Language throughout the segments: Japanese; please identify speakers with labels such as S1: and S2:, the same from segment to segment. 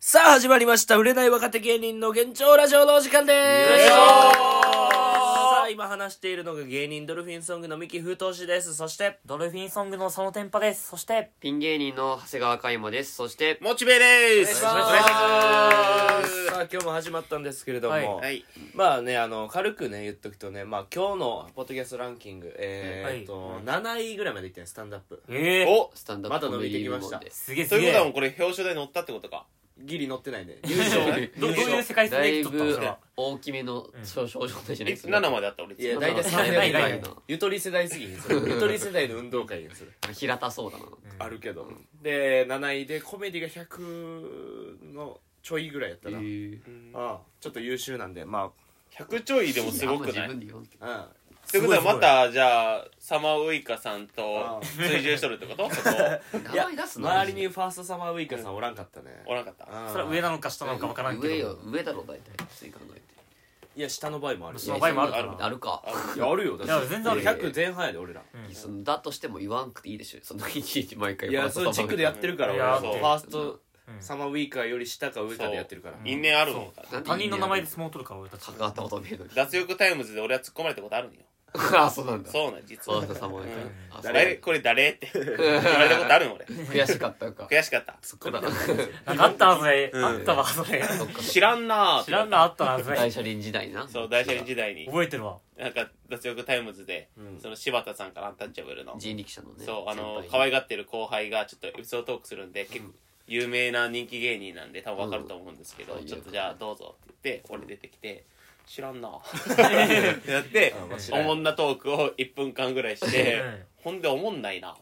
S1: さあ始まりました売れない若手芸人の現状ラジオのお時間です
S2: よいしょ
S1: さあ今話しているのが芸人ドルフィンソングの三木風投資ですそして
S3: ドルフィンソングのそのテンパです。そして、
S2: ピン芸人の長谷川海馬です。そして、
S4: モチベです
S1: お願いし
S4: お願いします
S1: さあ今日も始まったんですけれども、
S3: はい
S4: はい
S1: まあねあの軽くね言っとくとね、まあ、今日のポッドキャストランキングえーっと、7位ぐらいまでいってんスタンダップ
S3: ええ
S2: おスタンダッ
S1: ま
S2: プ
S1: た
S2: コ
S1: 伸
S2: メ
S1: びて
S2: ディ
S1: き
S2: 部
S1: まし
S2: 門
S1: た
S2: です。
S3: すげ え
S4: と
S3: す
S4: い
S3: げ
S4: うことはも
S3: え
S4: う。これ表彰台乗ったってことか
S1: ギリ乗ってないんで優勝
S3: どどういう世界線
S2: だ
S3: で
S2: い
S3: 取ったのそれ
S2: ぶ
S3: は
S2: 大きめの少々状態じゃない
S4: え
S2: ですか
S4: 7まであった俺
S1: いや
S2: だ
S1: 大体3
S3: ない
S1: 年
S3: ない
S1: 前のゆとり世代すぎひんそれゆとり世代の運動会やんそれ
S2: 平たそうだな
S1: あるけど、で7位でコメディが100のちょいぐらいやったら、
S2: え
S1: ああちょっと優秀なんでま
S4: 100ちょいでもすごくな
S2: 自
S4: いっ
S2: 分で言わんけど
S1: あ
S4: てことはまたじゃあサマーウイカさん
S1: あ
S4: と
S1: あ
S4: 追従しとるってことそこ
S1: いや
S2: 名前出すの
S1: 周りにファーストサマーウイカさんおらんかったね、
S4: おらんかった
S1: ああ
S3: それは上なのか下なのかわからん
S2: 上
S3: け
S2: よ
S3: ど。
S2: 上だろ大体普通に考えて
S1: いや下の場合もあるし
S3: 下の場合もあるかない
S2: やあるか
S1: いやあるよだ
S3: いや全然ある
S2: よ
S1: 100前半やで俺ら、
S2: そのだとしても言わんくていいでしょそのいちいち毎回
S1: いやそれ
S2: チッ
S1: 軸
S2: ク
S1: でやってるから
S3: い
S1: 俺
S3: や
S1: ら
S3: そう
S1: ファースト
S3: うん
S1: サマーウイカより下か上かでやってるから、
S3: そう
S1: い
S4: 因縁あるのか
S3: 他人の名前で相撲を取るから俺たち。
S2: 関わったことねえのに
S4: 脱力タイムズで俺は突っ込まれたことあるんよ
S2: あそうなんだ
S4: そうなん実は
S2: あそうそうあそう
S4: 誰これ誰って言われたことあるの俺
S2: 悔しかっ たか
S4: 悔しかった
S2: そっから 大
S3: なんかあったはずれ。あったわ、それ。
S4: 知らんなー
S3: 知らんな、あったな、それ。
S2: 車輪時代な
S4: そう大社員時代に
S3: 覚えてるわ。
S4: なんか脱力タイムズでその柴田さんからアンタッチャブルの
S2: 人力車のね
S4: そうあ
S2: 先
S4: の
S2: 輩
S4: 可愛がってる後輩がちょっとエピソードトークするんで結構有名な人気芸人なんで多分わかると思うんですけど、
S2: うん
S4: ちょっとじゃあどうぞって言って俺出てきて「知ら んな」ってやって
S1: うんまあ知らん
S4: おもんなトークを1分間ぐらいして
S3: うん
S4: ほんでおもんな いな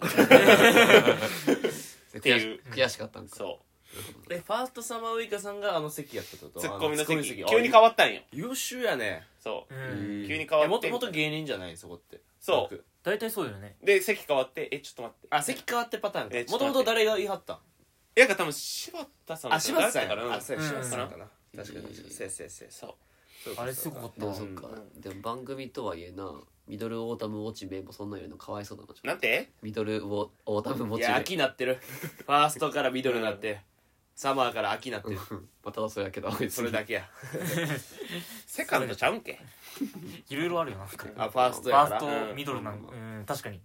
S2: って
S4: いう
S2: 悔しかったんです
S4: そ
S1: えファーストサマーウイカさんがあの席やったってこ
S4: う
S1: と
S4: ツッコミの
S1: あツッ
S4: 席
S1: コミ
S4: 急に変わったんよ
S1: 優秀やね
S4: そうう、
S3: ん。
S4: 急に変わ
S1: も
S4: っ
S1: と
S4: て
S1: もと芸人じゃないそこって
S4: そう
S1: 僕
S3: 大体そうだよね。
S4: で席変わってえちょっと待って
S1: あ席変わってパターン
S4: え
S1: か
S4: ちょ
S1: も
S4: っ
S1: と
S4: と
S1: も
S4: 待
S1: と
S4: っ
S1: 誰
S4: て
S1: が言い張ったん
S4: いやなんか多分柴田さん
S1: あ柴田さん
S4: だ
S1: や
S4: からうん
S1: あそうや
S3: うん
S1: 柴田さんかな
S2: うん
S1: 確かに確かにせいせいせい
S4: そう
S1: そう
S3: あれすごかっ
S2: でも
S3: た。
S2: そっか、
S4: うん
S2: でも番組とはいえなミドルオータムウォッチベもそんなんよりのかわいそうだなちょっと
S4: なんて
S2: ミドルウォオータムウォ
S1: いや
S2: ッ
S1: 秋
S2: チ
S1: になってるファーストからミドルになってサマーから秋になって
S2: ベ
S1: る
S2: またそれやけどあいつ
S1: それだけや
S4: セカンドちゃうんけ
S3: いろいろあるよ、なんか。
S1: あファース
S3: フ
S1: ト
S3: ァ
S1: や
S3: ー
S1: か
S3: ス
S1: ら
S3: ト、ミドルなんうん、確かに。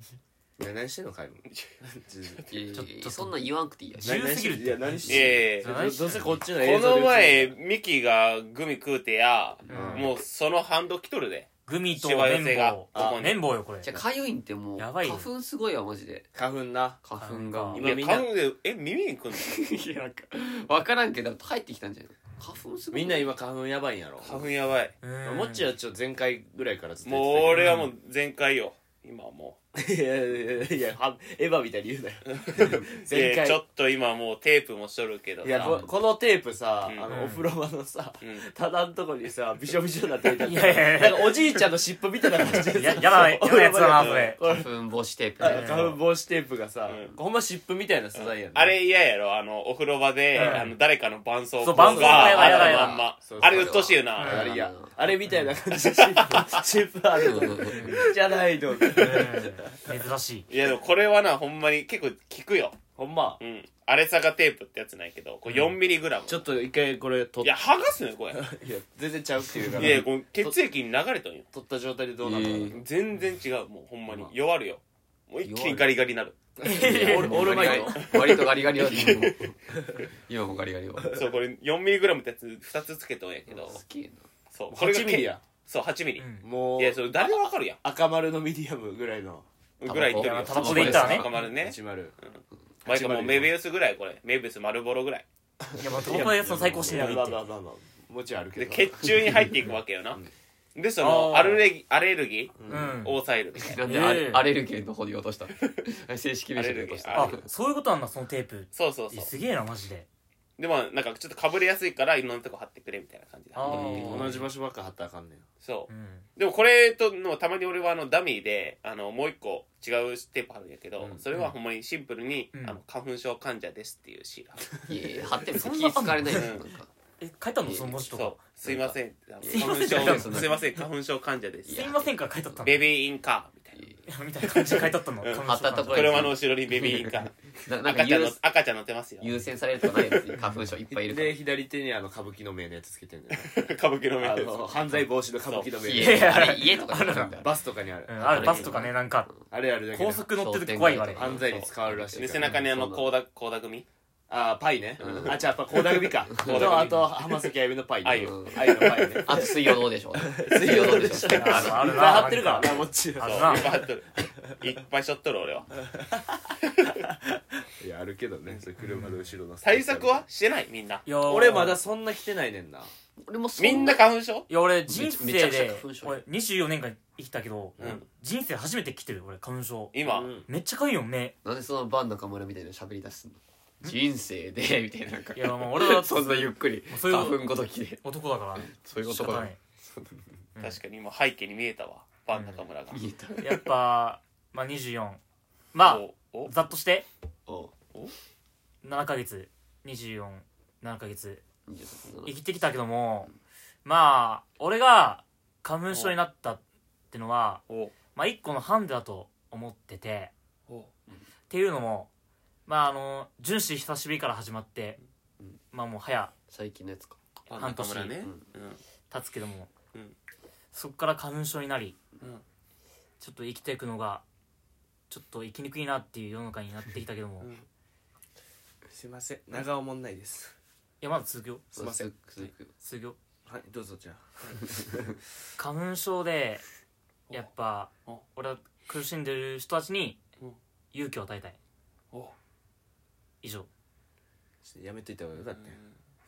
S1: ね何してんのかいも
S2: いやいやいや
S3: ちょっとちょっと
S2: そんなん言わんくていいや
S3: 自由すぎるって
S1: いや何し
S4: い
S1: て
S4: やいやい
S1: ん
S4: や
S1: のどうせこっちの映
S4: こ
S1: 像で
S4: の前
S1: 映る
S4: ミキがグミ食うてや、
S3: うん
S4: もうその反動来とるで
S3: グミと
S4: しわ寄
S3: 綿
S4: せが
S3: 棒。
S4: ここに
S3: 綿棒よ、これ。
S2: じゃあかゆいんってもう
S3: やばいよ
S2: 花粉すごいわマジで
S1: 花粉な
S2: 花粉
S1: 花
S2: が
S1: 粉
S4: い
S1: 今
S4: や
S1: みんな
S4: 花粉でえ耳に来んの
S2: いやなんか分からんけど入ってきたんじゃない花粉すごい
S1: みんな今花粉やばいんやろ
S4: 花粉や ばい
S3: うん
S1: もっちはちょっと前回ぐらいからずっと
S4: もう
S1: 言って
S4: 俺はもう全開よ今はも
S1: たけど いやいやいやはエヴァみたいに言うなよ
S4: う
S1: 前
S4: で
S1: 回
S4: ちょっと今もうテープもしとるけど
S1: いやこ
S4: さ
S1: このテープさ、
S4: うん
S1: あ
S3: うん
S1: のお風呂場のさ、
S4: うん
S1: 棚のとこにさびしょびしょになっていた
S3: いやいやい
S1: な
S3: や
S1: んかおじいちゃんの尻尾みたいな感じで
S3: や やばいやばいやつだな
S4: うん
S3: それ
S2: 花粉防止テープ
S1: あ
S2: ね
S1: 花粉防止テープがさ、
S4: うん
S1: ほんま湿布みたいな素材やん、
S4: あれ嫌やろあのお風呂場で、
S3: うん
S4: あの誰かの絆創
S3: そう
S4: 膏
S3: 絆創膏や
S4: が
S3: だやだ
S4: あ
S3: や
S4: の
S3: だ
S4: まんま
S1: そうそう
S4: あれうっとうしいよな、
S3: うん
S1: あれ
S2: うん
S1: やあれみたいな感じで湿布湿布あるのじゃないの
S3: うん珍しい
S4: いやでもこれはなほんまに結構効くよ
S1: ほんま
S4: うんアレサガテープってやつないけどこれ 4mg、
S1: ちょっと一回これ取っ
S4: いや剥がすのよ これい
S1: いや全然ちゃうっていうから
S4: やいやこの血液に流れとんよ
S1: 取った状態でどうなったの、
S2: えー
S4: 全然違うもうほんまに
S2: まあ
S4: 弱るよもう一気にガリガリになる
S2: いや
S1: オールオールマイト
S2: 割とガリガリよ今も今もガリガリよ
S4: そうこれ 4mg ってやつ2つつけとんやけど
S2: すげえな
S4: そうこれが
S1: 8ミリや
S4: そう8ミリ
S3: うん
S1: もう
S4: いやそれ誰もわかるや
S1: 赤丸のミディアムぐらいの
S4: んぐらいいってるよ
S3: タバコでいったらね
S4: 赤丸ね
S1: 80
S4: 前かもうメビウスぐらいこれメビウス丸ボロぐらい
S3: いやもうどこのやつの最高
S1: い
S3: 視
S1: や
S3: 点だ
S1: ま
S3: っ
S1: あ
S3: て
S1: まあまあまあもちろんあるけ
S4: で
S1: ど
S4: 血中に入っていくわけよなでそ
S3: あ
S4: の
S3: ー
S4: アレルギーアレルギ
S3: う
S4: ー
S3: ん
S4: を抑えるみたいな
S2: なんでアレ,、アレルゲンの方に落とした の正式名称で落とした
S4: ア
S3: あ
S4: レルゲン
S3: そういうことなんだそのテープ
S4: そうそう
S3: いや
S4: そ
S3: すげえなマジで
S4: うでまあなんかちょっとかぶれやすいからいろんなとこ貼ってくれみたいな感じで
S3: あ
S2: ー
S1: 同じ場所ばっか貼ったらあかんねん
S4: そう
S3: うん
S4: でもこれとのたまに俺はあのダミーであのもう一個違うテープ貼るんやけど、
S1: うん
S4: それはほんまにシンプルに、
S3: うん
S4: あの花粉症患者ですっていうシール、
S2: いやいや貼ってる気ぃ使われないよなんか
S3: え書いたのその文字と
S4: そ
S3: か
S4: うすいませんあの
S2: すい
S4: 花
S2: ません
S4: 粉症
S2: そんな
S4: すいません花粉症患者です
S2: い
S3: す
S2: や
S3: いませんから書いてあったの
S4: ベビーインカーみたい
S2: いやいや
S3: みたいな感じで書いてあったの
S4: うん
S3: 彼女
S2: あったところに
S4: 車の後ろにベビーカー
S2: ななんか
S4: 赤ちゃん
S2: 優
S4: の赤ちゃん乗ってますよ
S2: 優先されるとかないですね花粉症いっぱいいるから
S1: で左手にあの歌舞伎の名のやつつけてんだよ
S4: 歌舞伎の
S1: あ
S4: 名です
S1: の 犯罪防止の歌舞伎の名
S2: い
S1: のや
S2: や
S1: つ
S2: いやあれ家とかにあるんだよ
S1: バスとかにある、
S3: うんあるバスとかねなんか
S1: あれあるだけ
S3: 高
S1: で
S3: 速乗ってる時怖いわれ
S2: 商店街とか
S1: 犯罪に使われるらしいから
S4: で背中にあの
S2: そう
S4: 倖田倖田組
S1: あーパイね、
S2: うん
S1: あじゃあやっぱ 倖田組か
S4: 田組
S1: とあと浜崎あゆみのパイね
S4: あゆ
S1: うんあゆのパイね
S2: あと水曜どうでしょう水曜どうでしょう
S3: あるあ
S1: いっぱ
S3: る
S1: い
S3: な
S1: 貼ってるからなこっち
S3: あ
S4: そう
S3: る
S4: いっ
S3: な
S4: ぱい貼っとるいっぱいしょっとる俺はい
S1: やあるけどねそれ車の後ろの
S4: 対策はしてないみんない
S3: や
S1: 俺まだそんな来てないねんな
S2: 俺もそ
S4: みんな花粉症
S3: いや俺人生
S2: めちゃくちゃ
S3: で
S2: 花粉症
S3: 俺24年間生きたけど、
S4: うん
S3: 人生初めて来てる俺花粉症
S4: 今
S1: うん
S3: めっちゃかゆいよ目
S2: なんでそのバン中村みたいな喋り出すの人生でみたいななんか
S3: いや もう俺は
S2: そんなゆっくり
S3: そういう
S2: 花粉ごときで
S3: 男だから
S2: そういうこ
S3: 仕
S2: と
S3: 方
S2: が
S3: ないうん
S4: 確かに今背景に見えたわファン中村が
S2: 見えた
S3: やっぱまあ24ま
S4: お
S3: あ
S4: お
S3: ざっとして
S2: おう
S3: 7ヶ月247ヶ月
S2: 23
S3: 生きてきたけどもまあ俺が花粉症になったってのは
S4: お
S3: まあ一個のハンデだと思ってて
S4: お
S3: っていうのもまああの純子久しぶりから始まって
S2: うん
S3: まあもう早
S2: 最近のやつか
S4: ファン中村ねうん
S3: 経つけども、
S4: うん
S3: そっから花粉症になり
S4: うん
S3: ちょっと生きていくのがちょっと生きにくいなっていう世の中になってきたけども、
S4: うん
S3: い
S1: すいません長おもんないです
S3: やまだ続くよ
S1: すいません
S2: 続く
S3: 続くよ
S1: はいどうぞじゃあ
S3: 花粉症でやっぱ
S4: お
S3: 俺は苦しんでる人たちに
S4: うん
S3: 勇気を与えたい
S4: お
S3: 以上
S1: ちょっとやめといた方がよかったよ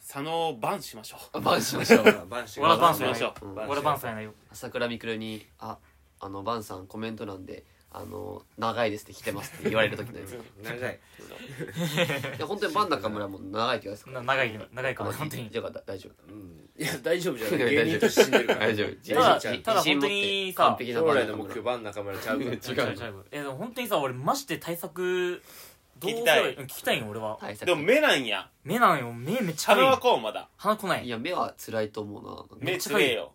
S4: 佐野バンしましょう
S2: あバンしましょう
S1: あバンシ
S3: わらバン
S4: し
S3: さん
S4: ま
S3: や
S4: しょ
S2: うん
S1: バン
S3: 俺バンさんやないよ
S2: 朝倉未来に「ああのバンさんコメント欄で「あの長いです」って来てますって言われる時のやつい
S1: 長い
S2: や本当にバン中村も長いって言われてた
S3: そん な長いよ長いから
S2: あ
S3: 本当に
S2: よかった大丈夫
S1: うんいや大丈夫じゃない 芸
S2: 大
S1: 人
S2: 丈夫
S1: として死んでるから
S2: 大丈夫
S1: ただ
S2: 自信
S3: ただ
S2: 自信持っ
S3: 本当に
S2: て
S3: さ
S2: 完璧な
S1: 将
S2: バン
S1: 来の
S2: 中
S1: 目標
S2: 村
S1: バン中村ちゃうから
S2: 違うの
S3: 違違えでも本当にさ俺マジで対策どう
S4: 聞きたい
S3: うん聞きたいよ俺は
S2: 対策
S4: でも目なんや
S3: 目なんよ目めっちゃ
S4: 鼻は
S3: 悪い
S4: こうまだ
S3: 鼻来ない
S2: いや目は辛いと思うな
S4: 目つえよ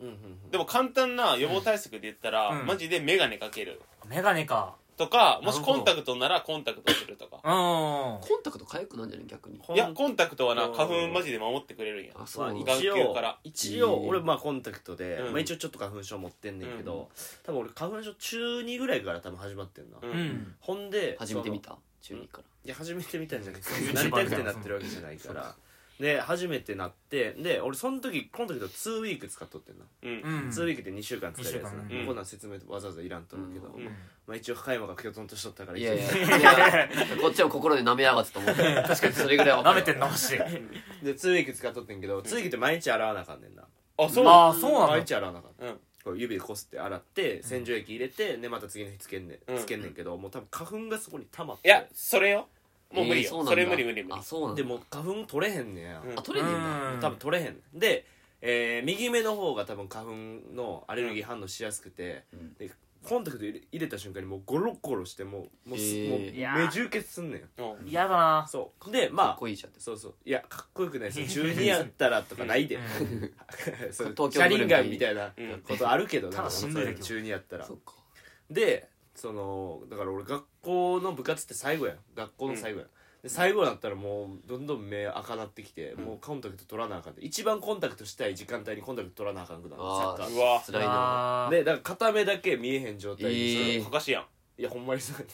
S1: うんうんうん
S4: でも簡単な予防対策で言ったら、
S3: うん
S4: マジで眼鏡かける
S3: メガネか
S4: とかも
S3: な
S4: し
S3: るほど
S4: コンタクトならコンタクトするとか
S3: うん
S2: コンタクト痒くなんじゃない逆に
S1: コン
S4: いやコンタクトはな
S1: うん
S4: 花粉マジで守ってくれるんや
S2: あ
S1: ま
S2: そ
S1: あ
S2: うなん
S4: が
S2: だ
S1: 一
S4: 眼球
S1: 応
S4: から
S1: 一応
S2: うん
S1: 俺まあコンタクトで、
S4: うん
S1: まあ、一応ちょっと花粉症持ってんねんけど、
S4: うん
S1: 多分俺花粉症中2ぐらいから多分始まってんな、
S3: う
S4: う
S3: んん
S1: ほんで
S2: 初めて見
S1: た
S2: た中二から
S1: いや初めて見たんじゃなく
S3: う
S1: て
S3: ん
S1: なりたくてなってるわけじゃないからで初めてなってで俺その時コンタクト2ウィーク使っとってんな、
S4: うん
S3: う、ん
S1: 2ウィークで2週間使えるやつな、
S3: 二週
S4: 間うん
S1: こんなん説明わざわざいらんと思うけど、
S2: うん
S4: うん
S1: まあ、一応加山がきょとんとしとったから
S2: いやい
S1: 一応
S2: やいやこっちも心で舐めやがってたもん確かにそれぐらいは
S3: 舐めてんなマジで
S1: で2ウィーク使っとってんけど2ウィークって毎日洗わなあかんねんな
S4: あそう
S3: ああそうな
S1: 毎
S3: んだ
S1: 日洗わなあかん
S4: うん
S1: こう指でこすって洗って洗浄液入れて、でまた次の日つけんね,、
S4: うん
S1: ん、つけんねんけどもう多分花粉がそこに溜まって
S4: いやそれよもう無理
S2: えー
S4: よ、
S2: なん
S4: そ
S2: だ
S4: れ無理無理無理
S2: あそうなん
S1: で
S2: だ
S1: もう花粉取れへんねや、
S4: うん
S2: あ取れねえんだ
S3: うん
S1: 多分取れへんで、えー右目の方が多分花粉のアレルギー反応しやすくて、
S2: うん
S1: でコンタクト入れ入れた瞬間にもうゴロゴロしてもうもう,、
S2: えー
S1: もう
S2: い
S3: や
S1: 目充血すんねん
S4: うん
S3: 嫌だな
S1: そうで
S2: かっ
S1: まあ
S2: こいいじゃんって
S1: そうそういやかっこよくないです 中2やったらとかないで そう
S2: 東京
S1: 車輪ガンみたいなことあるけどな
S3: ただしんどいだけよ
S1: 中2やったら
S2: そっか
S1: でそのだから俺学校の部活って最後やん学校の最後やん、で最後だったらもうどんどん目赤なってきて、もうコンタクト取らなあかんって一番コンタクトしたい時間帯にコンタクト取らなあかんくなるサッ
S2: あ
S1: カ
S2: あ
S1: ー
S4: うわ
S2: 辛いな
S3: あー
S1: でだから片目だけ見えへん状態にする、
S2: えー
S4: おかしいやん
S1: いやほんまにそう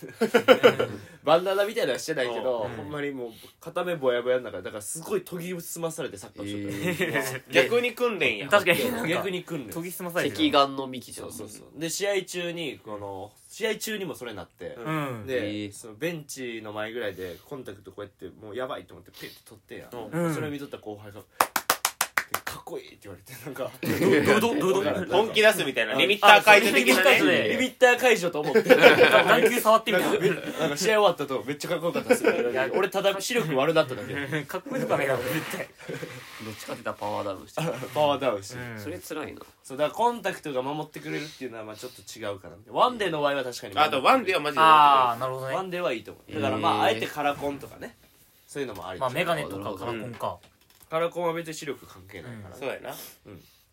S1: バンダナみたいなのはしてないけど、
S3: うん
S1: ほんまにもう片目ぼやぼやの中だからすごい研ぎ澄まされてサッカーしとったよ、
S2: えー
S4: 逆に訓練やん
S3: 確かになんか
S1: 逆に訓練
S3: 研ぎ澄まされて
S2: 赤
S3: る
S2: 眼の幹じゃ
S1: そ
S2: ん
S1: うそうそうで試合中にこの試合中にもそれなって、
S4: う
S3: うん
S1: で、
S2: えー
S1: そのベンチの前ぐらいでコンタクトこうやってもうやばいと思ってピッて取ってんや、
S3: うん
S1: それ見とった後輩が「かっこいい」って言われてなんか
S3: どうどうどうど
S1: わ
S3: う
S1: からん
S4: 本気出すみたいな
S1: うん
S4: リミッター解除
S3: で
S4: 的
S3: き
S4: な
S3: た
S4: ね
S3: やつで
S1: リミッター解除と思って
S3: 眼球触ってみた
S1: なんか試合終わったとめっちゃかっこよかったです
S3: や
S1: 俺ただ視力悪なっただけ
S3: うんかっこよくはないだろ絶対
S2: どっちかって言ったらパワーダウンしてる
S1: パワーダウンして、
S3: うん
S2: それ辛いな
S1: そうだからコンタクトが守ってくれるっていうのはまあちょっと違うかなワンデーの場合は確かに
S4: あとワンデーはマジで
S3: ああなるほど
S1: ワ
S3: ね
S1: ンデーはいいと思うだからま
S2: へー
S1: ああえてカラコンとかねそういうのもあり
S3: まあメガネと
S2: なる
S3: かカ
S2: ほど
S3: ラコンか
S1: カラコンは別に視力関係ないから、
S4: そうやな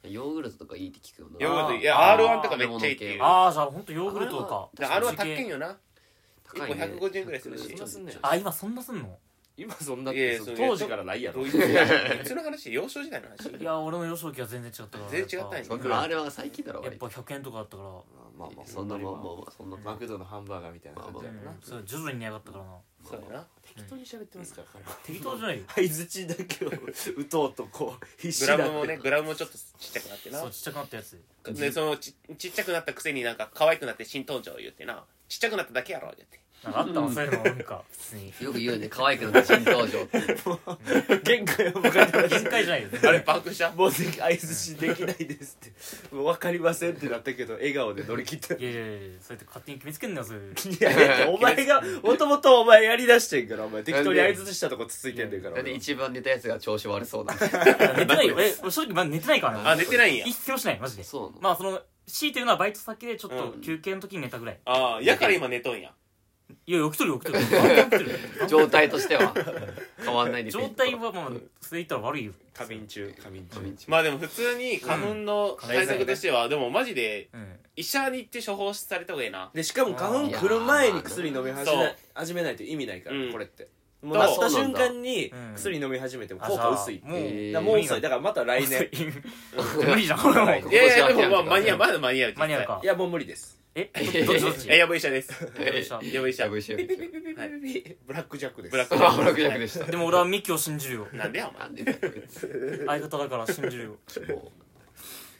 S2: ヨーグルトとかいいって聞くよな
S4: ヨーグルトい
S3: あ
S4: や
S3: ー
S4: R1 とかめっちゃいいっていう
S3: ああじゃあ本当ヨーグルトか
S4: だから R1 高いんよな
S2: 高いね
S4: 150円ぐらいするし
S2: ちょっとちょっと
S1: そんな
S3: あ今そんなすんの
S1: 今そんなっ
S4: いやい
S1: て
S4: や
S1: その
S4: そうい
S1: 当
S4: う
S1: 時からないやろ
S4: どういういつの話幼少時代の話
S3: いや俺の幼少期は全然違ったから
S4: 全然違ったん
S3: や
S4: や
S2: 僕らあれは最近だろ
S3: っぱやっ
S2: 割
S3: ぱ100円とかあったからう
S1: まあまあ
S2: とそんなもんまあま
S1: も
S2: あまあそんなもん
S1: マクドのハンバーガーみたいな感じやろなん
S3: そう徐々に値上がったからな
S4: そうやな
S1: 適当に喋ってますから彼は
S3: 適当じゃないよ
S1: 相槌だけを打とうとこう必死
S4: グ
S1: だ
S4: ラ
S1: って
S4: ムもねグラムもちょっとちっちゃくなって
S3: そう
S4: な
S3: ちっちゃくなったやつ
S4: でそのちちっちゃくなったくせになんか可愛くなって新登場言ってなちっちゃくなっただけやろ言って
S3: なんかあったわそういうのなんか普通に
S2: よく言うよね可愛くなった新登場って
S1: 限界を迎えてま
S3: 限
S1: す
S3: 界じゃないよ
S4: あれパンクした
S1: もうでき相槌できないですってもう分かりませんってなったけど笑顔で乗り切った
S3: いやいやいやそうやって勝手に決めつけんなよそういう
S1: いやいやお前がもともとお前やりだしてんからお前適当に相槌したとこつついてんねんから
S2: なんで一番寝たやつが調子悪そうだ
S3: 寝てないよえ俺正直まだ寝てないから
S4: あ
S3: な
S4: 寝てないんや
S3: 一睡もしないマジで
S2: そうなの
S3: まあその強いて言うのはバイト先でちょっと
S4: うん
S3: 休憩の時に寝たぐらい
S4: ああやから今寝とんや
S3: いや起きとるよ起きとるよバンバン起きとるよ
S2: 状態としては変わんないで
S3: 状態はまあそれ言ったら悪いよ
S1: 仮眠中仮眠中
S2: 仮眠中
S4: まあでも普通に花粉の対策としてはでもマジで
S3: うん
S4: 医者に行って処方された方がいいな
S1: でしかも花粉来る前に薬飲み始
S4: そう
S1: め始めないと意味ないから、
S4: うん
S1: これってもう
S4: そう
S1: なった
S2: そうなん
S1: 瞬
S2: だ
S1: 間に
S3: うん
S1: 薬飲み始めても
S3: あ
S1: 効果薄い、
S3: じ
S1: だ
S3: ゃあもう
S1: からもう
S2: えー
S1: 遅いだからまた来年
S3: 無理じゃ んこれも
S4: いやいやでもまあ
S2: 今年
S4: 間に合
S2: は
S4: うまだ間に合う
S3: 間に合うか
S1: いやもう無理です
S3: えどっちどっち
S4: いややぶ医者です
S2: え
S3: どっち
S4: やぶ医者
S2: やぶ医者やぶ医
S1: ピピピピ
S4: はい
S1: ブラックジャックです
S4: ブラック
S2: あブラックジャックでし
S3: だ
S2: た
S3: でも俺はミキを信じるよ
S4: なんでやお
S2: な
S4: 前
S2: んでだよこいつ
S3: 相方だから信 じるよ
S2: も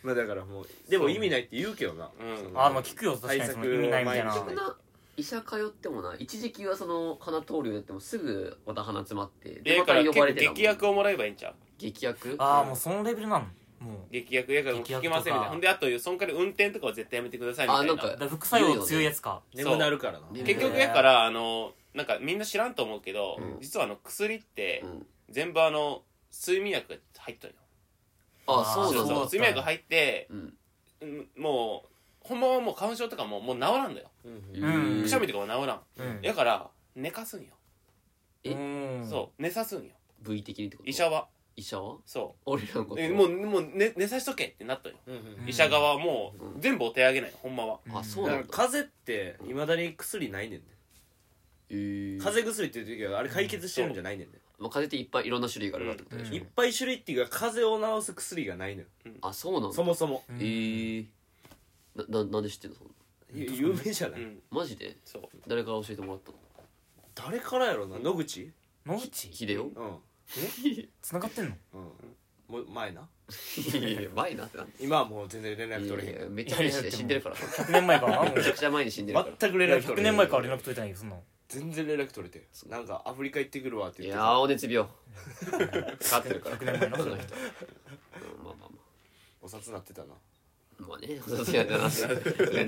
S1: まあだからもうでも意味ないって言うけどな、
S4: うん
S1: その
S3: あまあ聞くよ確かに
S1: 対
S3: そ
S1: 策
S3: の意味ないみたいな
S1: を
S2: うそんな医者通ってもな一時期はその鼻通るようになってもすぐまた鼻詰まって
S4: いや
S2: で
S4: だ
S2: また
S4: か
S2: 呼
S4: ら結
S2: ば
S4: 構
S2: れてたもん
S4: 劇薬をもらえばいいんちゃう
S2: 劇薬
S3: ああもうそのレベルなのもう
S4: 劇薬やからもう聞きません
S3: 劇薬と
S4: みたいな
S3: か
S4: ほんであとそんから運転とかは絶対やめてくださいみた
S2: あ
S4: い
S2: な
S4: なん
S2: か
S3: だから副作用強いやつか
S1: 眠なるからな
S2: そう
S4: 結局やからあのなんかみんな知らんと思うけど、
S2: うん
S4: 実はあの薬って
S2: うん
S4: 全部あの睡眠薬が入っとるよ
S2: あそう
S4: そ
S2: な
S4: うんそう
S2: だ
S4: 睡眠薬入って、
S2: うん
S4: うんもうほんまはもう花粉症とかももう治らんのよ
S1: うんうん
S3: うん
S4: くしゃみとかも治らん、
S3: うん
S4: やから寝かすんよ、
S2: え
S3: うん
S4: そう寝さすんよ
S2: 部位的にってこと
S4: 医者は
S2: 医者は
S4: そ
S2: 俺らのこ
S4: う
S2: と
S4: えもうもう寝寝さしとけってなっとるよ、
S1: うん
S3: ん
S4: 医者側はもう、
S2: うん
S4: 全部お手上げないほんまは
S2: あそう
S1: だか
S2: な
S1: ら
S2: んだ
S1: 風邪っていまだに薬ないねんね
S2: えー
S1: 風邪薬っていう時はあれ解決してるんじゃないねんね、
S2: まあ風邪っていっぱいいろんな種類があるからってことでしょ
S3: うん
S1: いっぱい種類っていうか風邪を治す薬がないのよ
S2: あそうなん
S1: そ
S2: だ
S1: もそも
S3: うん
S2: えーなななんで知ってんのそんない
S1: や有名じゃな
S4: う
S1: い、
S4: ん
S2: マジで
S4: そう
S2: 誰から教えてもらったの
S1: 誰からやろな野口
S3: 野口
S2: 秀
S1: う
S2: 夫
S1: ん
S3: 繋がってんの
S1: うんもう前ない
S2: やいや前なってなんで
S1: 今はもう全然連絡取れへん
S2: い
S1: け
S2: や
S1: ど
S2: めっちゃ前に死ん
S3: いやいや
S2: で
S3: でも
S2: 死んでるからめ
S3: 100年前からなもう
S2: ちゃくちゃ前に死んでるから
S1: 全く連絡取れ
S3: 100
S1: へん
S3: 年前から連絡取れてないよそんなの
S1: 全然連絡取れてなんかアフリカ行ってくるわって
S2: い
S1: 言っ
S2: や
S1: て
S2: ー青熱病かかってるから
S3: 100年前の
S2: その人、うん、まあまあ
S1: お札なってたな
S2: まあまあねさすがだな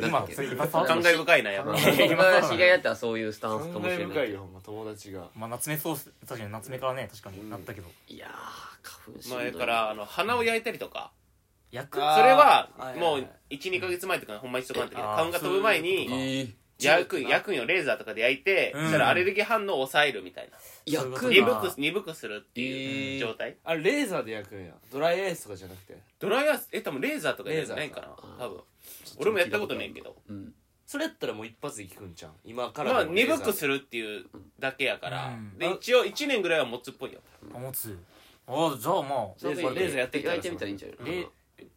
S3: 今それ今さ
S4: 感慨深いなやっぱ
S2: まあ僕が知り合いだったらそういうスタンスか
S1: 感
S2: もし
S1: 慨
S2: れな
S1: 深
S2: い
S1: いよほんま友達が
S3: まあ夏目そう確かに夏目からね確かになったけど
S2: いやー花粉症
S4: まあだからあの鼻を焼いたりとか
S3: 焼
S4: そ
S3: く
S1: あー
S4: れは
S1: はいはいはい
S4: もう12か月前とかほんまにしとかんとけど
S3: あー
S4: 花粉が飛ぶ前
S3: そういうことか
S4: に
S2: えー
S4: 焼くん焼くんよレーザーとかで焼いて
S3: うん
S4: そしたらアレルギー反応を抑えるみたいな
S2: 焼く
S3: うん
S4: 鈍
S2: な
S4: く鈍くするっていう状態
S1: あれレーザーで焼くんやドライアイスとかじゃなくて
S4: ドライアイスえ多分レーザーとかじゃないかな
S2: レーザーか
S4: 多分俺もやったことないけど
S2: うん
S1: それやったらもう一発で効くんちゃう今から
S4: まあ鈍く
S1: る
S4: するっていうだけやから
S3: うん
S4: で一応1年ぐらいは持つっぽいよ
S3: あ持つあじゃあま
S1: レーザーレーザーやってみたら
S2: 焼いてみたらいいんじゃな
S3: あ
S2: い
S3: レ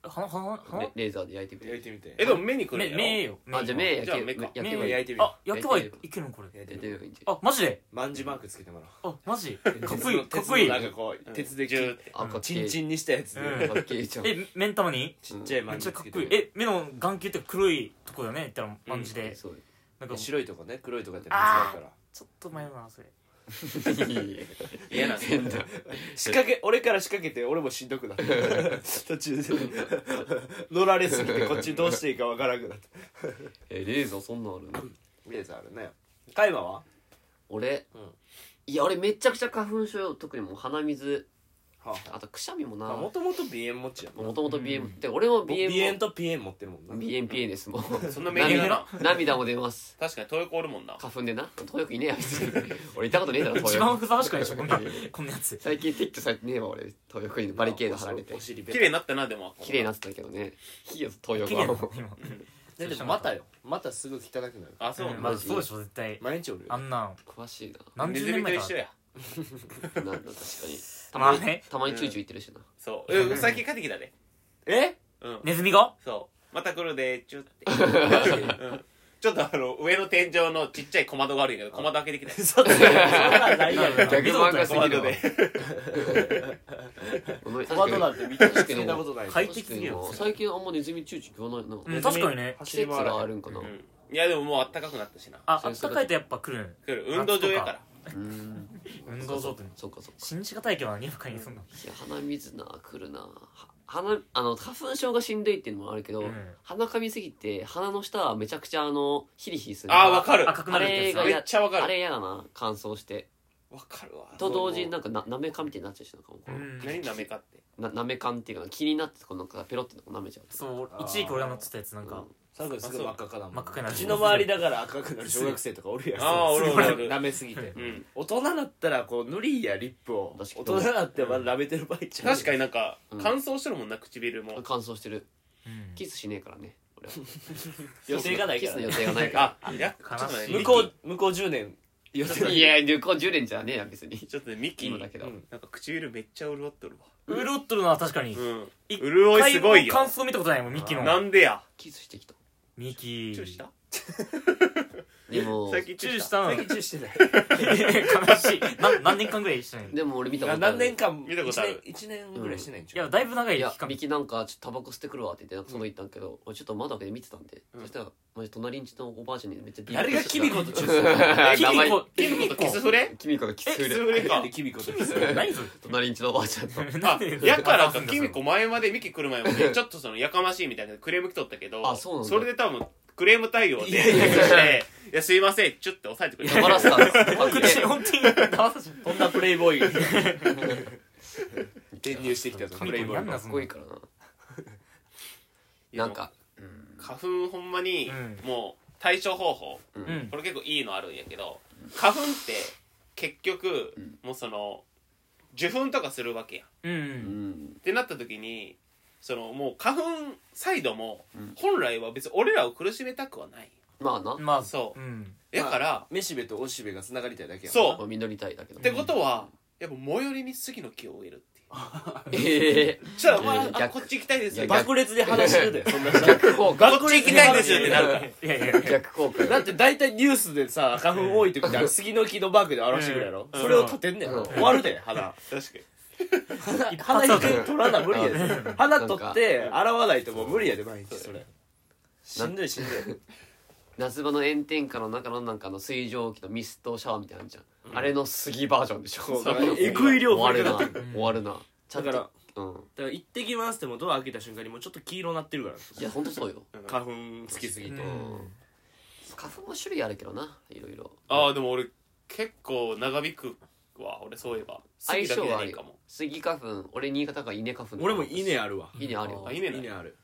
S3: 鼻鼻
S2: うん
S3: 鼻
S2: レレーザーで焼いてみ
S1: 焼い
S2: る
S1: てみて
S4: えでも目にくる
S3: 目
S4: んや
S3: 目
S4: ろ
S3: よ
S2: あじゃあ目
S4: じゃあ
S2: 焼け
S4: 目か
S2: 焼けば
S3: 目
S1: 焼
S2: いい焼
S1: いてみ
S3: あ
S1: て
S3: 焼けばいけるのこれ
S1: 焼いて
S2: い
S1: み
S2: て
S1: て
S2: みればいいんじゃない
S3: あマジで
S1: 万字マークつけてもらおう
S3: あマジかっこいいかっこ
S1: 鉄
S3: いい
S1: のなんかこう鉄で
S4: ジ
S1: キ
S4: ュ
S1: ュ
S4: ー
S1: ッ
S4: って
S2: あかっけ
S1: チン
S2: え
S1: チンにしたやつ
S3: う
S1: で
S3: ン
S2: かっけえじゃん
S3: え目ん玉に
S1: ちっちゃい
S3: めっ
S1: 万
S3: ちゃ
S1: 字つ
S3: かっ
S1: け
S3: こ
S1: て
S3: いい
S1: もらう
S3: え目の眼球って黒いとこだよね言ったら感じで
S2: そう
S3: なんかちょ
S1: 白いとこね黒いとこやったら水だから
S3: っと迷うなそれ
S4: 嫌なんだ
S2: 変だ
S1: 仕掛け俺から仕掛けて俺もしんどくなった 途中で乗られすぎてこっちどうしていいかわからなくなった
S2: えレーザーそんなんあるの
S1: レーザーあるねカイマは
S2: 俺
S1: うん
S2: いや俺めちゃくちゃ花粉症よ特にもう鼻水
S1: は
S2: あとくしゃみもな
S1: も
S2: も
S1: ともと鼻炎持ちやもんな
S2: ともと
S3: う
S2: BM っ
S3: ん
S2: て俺も
S1: 鼻
S2: BM
S1: 炎
S2: も
S1: と鼻炎持ってるもんな
S2: BMPA ですもう
S4: そんなメニュー
S2: 涙
S4: な
S2: 涙も出ます
S4: 確かに東横おるもんな
S2: 花粉でな東洋区いねえや別に俺行ったことねえだろ東
S3: 一
S2: 洋
S3: 番
S2: 区
S3: ふさわしくないでしょこんなこんなやつ
S2: 最近撤去されてねえわ俺東洋区にバリケード張られて
S1: お尻ベ
S4: 綺
S1: タ
S4: 麗になったなでも
S2: 綺麗になってたけどねいいよ東洋
S3: 綺
S2: 区
S3: 麗な
S2: は
S3: の今
S1: だってまたよまたすぐ汚くなる
S4: あそう、
S3: うんまあそうでしょ絶対
S1: 毎日おるよ
S3: あんなの
S2: 詳しいな
S3: 何
S4: ネ
S3: 十
S4: ズ
S3: 年
S4: ミと
S3: 前
S4: 一
S3: か
S4: 緒や
S2: なんだ確かにた
S3: ま
S2: ま
S3: あ
S2: に
S3: ね
S2: たまにチューチュー言ってるしな
S4: そううん最近帰ってきたね
S1: え
S4: うん
S3: ネズミが
S4: そうまた来るでちょってうんちょっとあの上の天井のちっちゃい小窓があるんやけど小窓開けて きた
S1: 嘘 つけそんなんないやろ
S3: 逆
S2: 逆漫画す
S4: 小
S2: ぎ
S4: 窓
S2: るわ
S4: で
S2: ごめ ん
S1: トマトなんて見た
S2: 確かに
S1: 聞いたことない
S3: 快
S2: 確
S3: 適す
S2: かに
S3: ぎる
S2: な最近あんまネズミチューチュー言わないな
S3: うん確かにね
S2: 季節があるんかな
S4: うんいやでももう暖かくなったしな
S3: ああったかいとやっぱ来る
S4: 来る運動場やから
S2: うん
S3: 運動場と
S2: そうかそうか
S3: 新地下体験はにわかにそんない
S2: や鼻水な来るなは鼻あの花粉症がしんどいっていうのもあるけど、
S3: うん
S2: 鼻かみすぎて鼻の下はめちゃくちゃあのヒリヒリする
S4: あーわかる
S3: 赤くなるってやつ
S2: あれが
S4: めっちゃわか
S2: あ
S4: る
S2: れ嫌だな乾燥して
S4: わかるわ
S2: と同時になんかななめかみたいになっちゃうしなんかもうこ
S3: う
S2: の
S3: ん
S4: 何なめかって
S2: ななめかんっていうか気になってこうなんかペロってなんか舐めちゃう
S3: そう一時期俺が乗ってたやつなんか
S1: 多分すぐ真っ赤かな
S3: 真っ赤になる
S1: うちの周りだから赤くなる小学生とかおるやん
S4: ああ
S1: そう
S4: 俺
S1: す
S4: 俺
S1: ぐ
S4: 俺
S1: 舐めすぎて
S4: うん
S1: 大人だったらこう塗りやリップを大
S2: 確かに
S1: 人だってまだ舐めてる場合ちゃう
S4: 確かになんか
S2: うん
S4: 乾燥してるもんな唇も
S2: 乾燥してる
S3: うん
S2: キスしねえからね俺は
S1: 予定がない
S2: キ
S1: か
S2: ス
S1: ら
S2: の
S1: ね
S2: 予定がないか
S4: あいやちょっと
S3: 悲
S4: ね
S3: し
S1: 向
S3: い
S4: 向こ
S1: こ
S4: う
S1: う向こう10年 予定
S2: らいや旅行10年じゃねえや別に
S4: ちょっとねミキ
S2: 今
S4: な
S2: だけど、
S1: うん
S4: んか唇めっちゃ潤っとるわ
S3: 潤っとるのは確かに
S4: うん
S3: 一
S4: 潤いすごいよ
S3: 感想見たことないもんミキの
S4: なんでや
S2: キスしてきた
S3: ミキ
S4: チューした
S2: でも
S4: 最近
S3: チ
S4: チ
S3: ュ
S4: ュー
S3: ー
S4: し
S3: したたの
S1: 最近してない
S3: 悲しいな何年間ぐらいしてないい
S2: でも俺見たことあ
S1: な
S2: る
S1: 何年間
S4: 見たことある
S1: 1年ぐらいしてないんちゃ
S3: や
S1: う
S3: だいぶ長い
S2: いや
S3: 期、間
S2: ミキなんか、ちょっとタバコ吸ってくるわって言って、なんかその言ったんけど、俺ちょっと窓開けて見てたんで、
S4: うん
S2: そしたら、マジ隣んちのおばあちゃんにめっちゃビ
S1: 誰がキミコとチュー
S2: ー
S3: キミ
S2: 名前
S3: コキミコ
S4: キスフレ
S2: キミコがキスフ
S4: キス
S2: レ。
S4: フレか
S1: でキミコと
S3: 何それ
S2: 隣んちのおばあちゃんと。
S4: あ
S3: なんで
S4: やからかキミコ前までミキ来る前までちょっとそのやかましいみたいなクレーム来とったけど
S2: あそうなんだ
S4: れで多分クレーム対応で
S1: い
S4: 「
S1: やいやい
S4: いやすいません」ちょっと抑えてくれ
S2: 黙らせたんです。
S3: 口本当に騙さし
S1: こんなプレイボーイ転入してきたぞプ
S3: キミコ
S1: レイボーイ
S3: やん
S1: が
S3: な
S2: かっこいいからな。
S4: いや
S2: なんか、
S4: 花粉ほんまに、
S3: うん
S4: もう対処方法
S2: うん
S3: うん
S4: これ結構いいのあるんやけど花粉って結局、
S2: ん
S4: もうその受粉とかするわけ
S3: う
S4: やん
S2: うんん。
S4: ってなった時にそのもう花粉サイドも、
S2: うん
S4: 本来は別に俺らを苦しめたくはない
S2: まあな、
S3: まあ
S4: そう
S3: うん
S4: だから、
S1: めしべとおしべがつながりたいだけや
S4: そう
S2: まあ実りたいだけど。
S4: ってことはやっぱ最寄りに杉の木を植えるっていう
S2: ええ。
S4: そしたらお前、
S2: いやいや
S4: あこっち行きたいですよ
S2: い
S4: こ
S2: や
S4: っ
S1: 爆裂で話してるでそんな人
S2: 逆効果。
S4: ち行きたいですよってなるから
S3: いやいやいや
S2: 逆効果。
S1: だって大体ニュースでさ花粉多い時って杉の木のバッグで表してくるやろ、
S4: うん
S1: それを立てんねん、
S2: うん
S1: 終わるで花
S4: 確かに
S3: 一
S1: 花
S3: 発
S1: 一
S3: アウト
S1: 回取らな無理やで
S2: うん
S1: 花取って洗わないともう無理やで毎日それしんどいしんどい
S2: 夏場の炎天下の中のなんかあの水蒸気のミストシャワーみたいなのあるじゃん。あれの杉バージョンでしょ。
S1: そう
S4: だから
S2: そう
S4: え
S1: ぐい量増え て
S2: 終
S1: る
S2: わるな。終わるな。ちゃ
S1: だ
S2: ん
S1: からだ
S2: と
S1: か。
S2: うん。
S1: ら行ってきますってもうドア開けた瞬間にもうちょっと黄色なってるから
S2: いや、ほんとそ うよ。
S1: 花粉つきすぎて、
S3: うん
S2: 花粉も種類あるけどないろいろ
S4: ああでも俺結構長引くわ俺そういえば
S2: 相
S4: 杉だ
S2: 性
S4: けじゃ
S2: はあ
S4: な
S2: る
S4: いか
S2: よ
S4: も
S2: 杉花粉俺新潟が稲花粉
S1: 俺も稲あるわ
S2: 稲あるよ
S4: あ稲ない
S1: 稲ある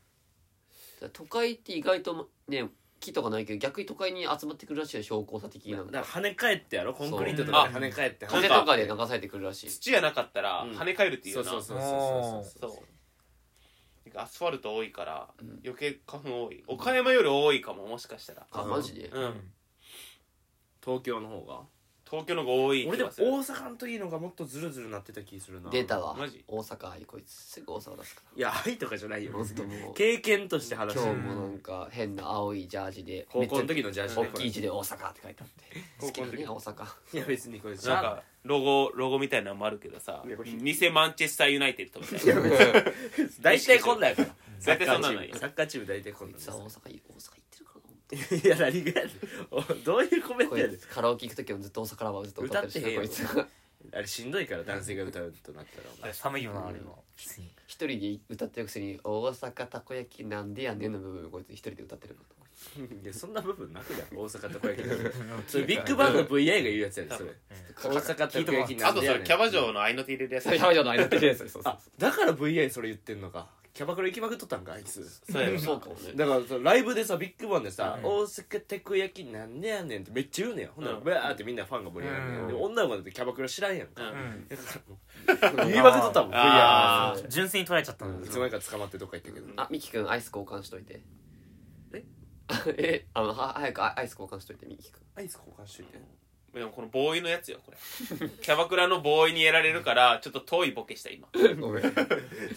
S2: 都会って意外とね木とかないけど逆に都会に集まってくるらしいよ標高差的にな
S1: だ
S2: ん
S1: から
S2: か
S1: 跳ね返ってやろコンクリートとかで跳ね返って
S4: そう
S2: 風
S1: 跳ね
S2: とかで流されてくるらしい
S4: 土やなかったら
S1: うん
S4: 跳ね返るっていう
S1: そ
S4: よ
S1: う
S4: な、
S1: そうそうそうそう
S4: そうなんかアスファルト多いから
S2: うん
S4: 余計花粉多い岡山より多いかももしかしたら
S2: あ
S1: うん
S2: マジで
S4: うん、
S1: 東京の方が
S4: 東京の方が多い
S1: 俺で
S4: 気が
S1: も
S4: す
S1: 大
S4: る
S1: 阪の時のがもっとズルズルなってた気するな
S2: 出たわ
S4: マジ
S2: 大阪愛こいつすぐ大阪出すか
S1: いや愛とかじゃないよ
S2: らほんともう
S1: 経験として
S2: 今
S1: 話
S2: 日
S1: して
S2: も
S1: る
S2: なんか変な青いジャージで
S1: 高校の
S2: めっ
S1: 時のジャー
S2: ち
S1: ジ
S2: ゃ
S1: ね
S2: 大きい字で大阪って書いてあって
S4: 高
S2: 好き
S4: 校
S2: だ
S4: の時
S2: ね大阪
S1: いや別にこれじ
S4: なん
S1: ゃあ
S4: かロゴロゴみたいなのもあるけどさ
S1: いやこれ
S4: 偽マンチェスターユナイテッドみたいな
S1: 大体こんなんやからサッ
S4: 大体
S1: カ
S4: そ
S1: ー
S4: ん
S1: チ
S4: なの
S1: ー
S4: よ
S1: ムサッカーチーム大体こ
S2: こ
S1: ん
S2: い
S1: なん
S2: つは大阪い大阪行ってるから
S1: いや何がやねんおどういうコメン
S2: こ
S1: トやね
S2: い
S1: ん
S2: つカラオケ行く時もずっと大阪ラバーずっと歌ってるし
S1: 歌ってへんよ
S2: なこいつが
S1: あれしんどいから男性が歌うとなったらお
S3: あれ
S1: 前
S3: 寒いよなあれ
S2: うん
S3: は別に
S2: 一人で歌ってるくせに「大阪たこ焼きなんでやねん」の部分をこいつ一人で歌ってるの
S1: いやそんな部分なくだろ大阪たこ焼きなんてそれビッグバンの VI が言うやつやでそれ大阪たこ焼きな
S4: あ
S1: んで
S4: と
S1: や
S4: そ
S1: ね
S4: れ
S1: ん
S4: キャバ嬢の合いの手入れるやつ
S2: それやばいじゃないなってるやつそうそう
S1: あだから VI それ言ってんのかキャバクラ行きまくっとったんかあいつ
S4: そうやろ
S2: そうかもね
S1: だからそのライブでさビッグバンでさ「
S3: うん
S1: 大阪たこ焼きなんでやねん」ってめっちゃ言うねんほんなら
S4: うん
S1: バーってみんなファンが盛り上がるね
S3: うんん
S1: でも女の子だってキャバクラ知らんやん
S4: う
S1: か
S4: ん
S3: うん
S1: 言いまくっとったもん VI
S4: あ
S2: ー
S3: 純粋に取られちゃったんだ
S1: いつの間にか捕まってどっか行ったけど
S4: うん
S2: あミキ君アイス交換しといて
S1: え
S2: えあのは早くアアイス交換しといてミキ君
S1: アイス交換しといて
S4: でもこのボーイのやつよこれ キャバクラのボーイにやられるからちょっと遠いボケした今
S2: ごめん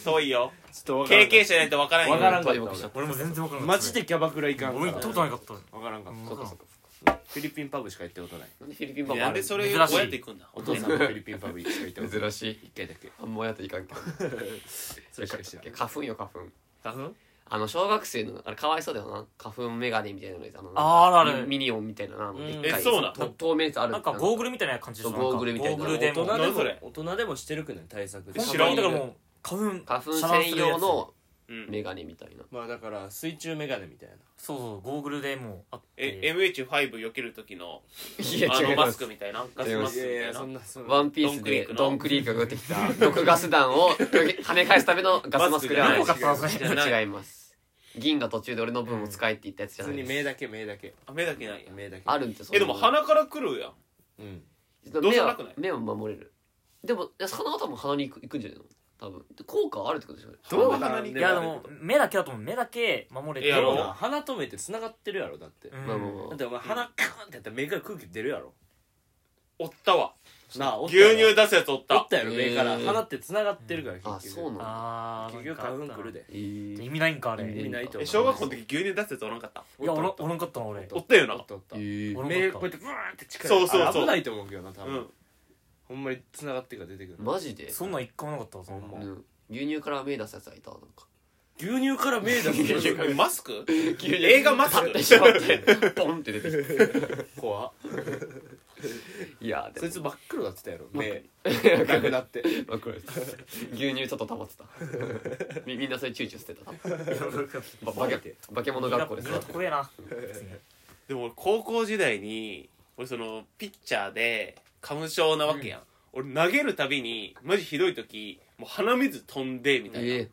S4: 遠いよ
S1: ちょっと
S4: 経験
S1: 者
S4: 者ないと分からんよ
S1: わからんかった
S2: ボケしちゃっ
S3: 俺も全然わからなか
S1: マ
S3: った
S1: ジでキャバクラ行かん
S3: 俺行ったことなかった
S1: 分からんかっ
S3: うん
S1: た
S2: そうかそうか
S1: フィリピンパブしか行ったことない
S2: なんでフィリピンパンも
S4: な
S2: あ
S4: んで
S2: る
S4: それを
S3: 珍しい
S4: こうやって行くんだ
S1: お父さんのフィリピンパブしか行 ったことない
S2: 珍しい
S1: 一回だけ
S2: あんまやっていかんけど
S1: それしかしてない
S2: 花粉よ花粉
S1: 花粉
S2: あの小学生のあれかわいそうだよな花粉メガネみたいなのにあの
S3: あーあるある
S2: ミミニオンみたいななでっかい
S4: えそうなん
S2: と透明やつある
S3: なんかゴーグ
S2: ル
S3: ルみたいな感じでしょ
S2: ゴーグルみたいな
S3: ゴーグルでも
S1: 大人で
S4: 何そ
S1: も
S4: れ
S1: 大人でもしてるくない対策で
S4: 知
S3: 知
S4: ら
S3: ら
S4: ん
S3: んだからもう花粉
S2: 花粉
S3: 遮断す
S2: 専
S3: るやつ
S2: 用の
S4: うん
S2: メガネみたいな
S1: まあだから水中メガネみたいな
S3: そうそうゴーグルでもうあっ
S4: え
S3: て
S4: MH5 避ける時の
S2: い
S4: あの
S2: ま
S4: マス
S2: す
S4: クみたいなガスマスクみたいな
S1: なそ
S2: ワンピースで
S4: ド
S2: ド
S4: ン
S2: ン
S4: ク
S2: クリークが打ってきた毒ガス弾を跳ね返すためのガスマスクではない
S3: マスクじゃない
S4: じゃな
S2: 違
S4: い
S2: います銀が途中で俺の分を使えって言ったやつじ
S1: 普
S2: ゃな
S1: 通に
S2: いです
S1: 目だけ目だけ
S4: あ目だけないや
S1: 目だけ
S2: あるんですよ
S4: えでも
S2: そんなの
S4: 鼻から来るやん
S1: うん
S2: 目は
S4: どうせなくない
S2: 目は守れるでもいや鼻は多分鼻に行く行くんじゃないの多分で効果はあるってことですよね
S4: どう
S1: 鼻
S4: 鼻に
S1: い
S3: いやでも目だけだと思う目だけ守れて
S4: いや
S1: どう
S4: ろ
S1: だ鼻と目って繋がってるやろだって、
S3: うん
S2: まあまあまあ
S1: だってお前鼻カーンってやったら目から空気出るやろ
S4: おったわ
S1: なあおったやろ
S4: 牛乳出すやつおっ
S1: おったたやろ目から
S2: へー
S1: 鼻って繋がってるから
S2: あ
S1: 結
S2: そう
S1: 局
S2: なんだ
S3: あー
S1: 結局花粉来るで
S2: えー
S3: 意味ないんかあれ
S2: 意
S1: 意味ないと思
S4: え
S1: う
S4: 小学校の時牛乳出すやつおらんかった
S3: いやお
S1: お
S3: ら
S1: っ
S3: おらんかったな俺
S4: おったよな
S1: おった
S2: えー
S3: 俺
S1: 目こうやってブーンって力
S4: そうそうそう
S1: あれ危ないと思うけどな多
S4: う
S1: 分、
S4: ん
S1: ほんまに繋がってるから出てくる
S2: マジで
S3: そんなん一回もなかったわそんな
S1: ほんま
S2: うん牛乳から目出すやつはいたなんか
S1: 牛乳から目出する
S4: えマスク
S2: 牛
S4: 乳映画マスク
S2: パッてしまってポンって出て き
S1: 怖って
S2: いやで
S1: そ
S2: も
S1: いつ真っ黒だってたやろ目なくな って
S2: わかる牛乳ちょっと溜まってたみみんなそれチューチュー捨てた多分ば化け化け物学校で
S3: みんな
S2: さ
S3: 怖えな
S4: でも俺高校時代に俺そのピッチャーで花粉症なわけやん、俺投げるたびにマジひどい時もう鼻水飛んでみたいな、
S2: え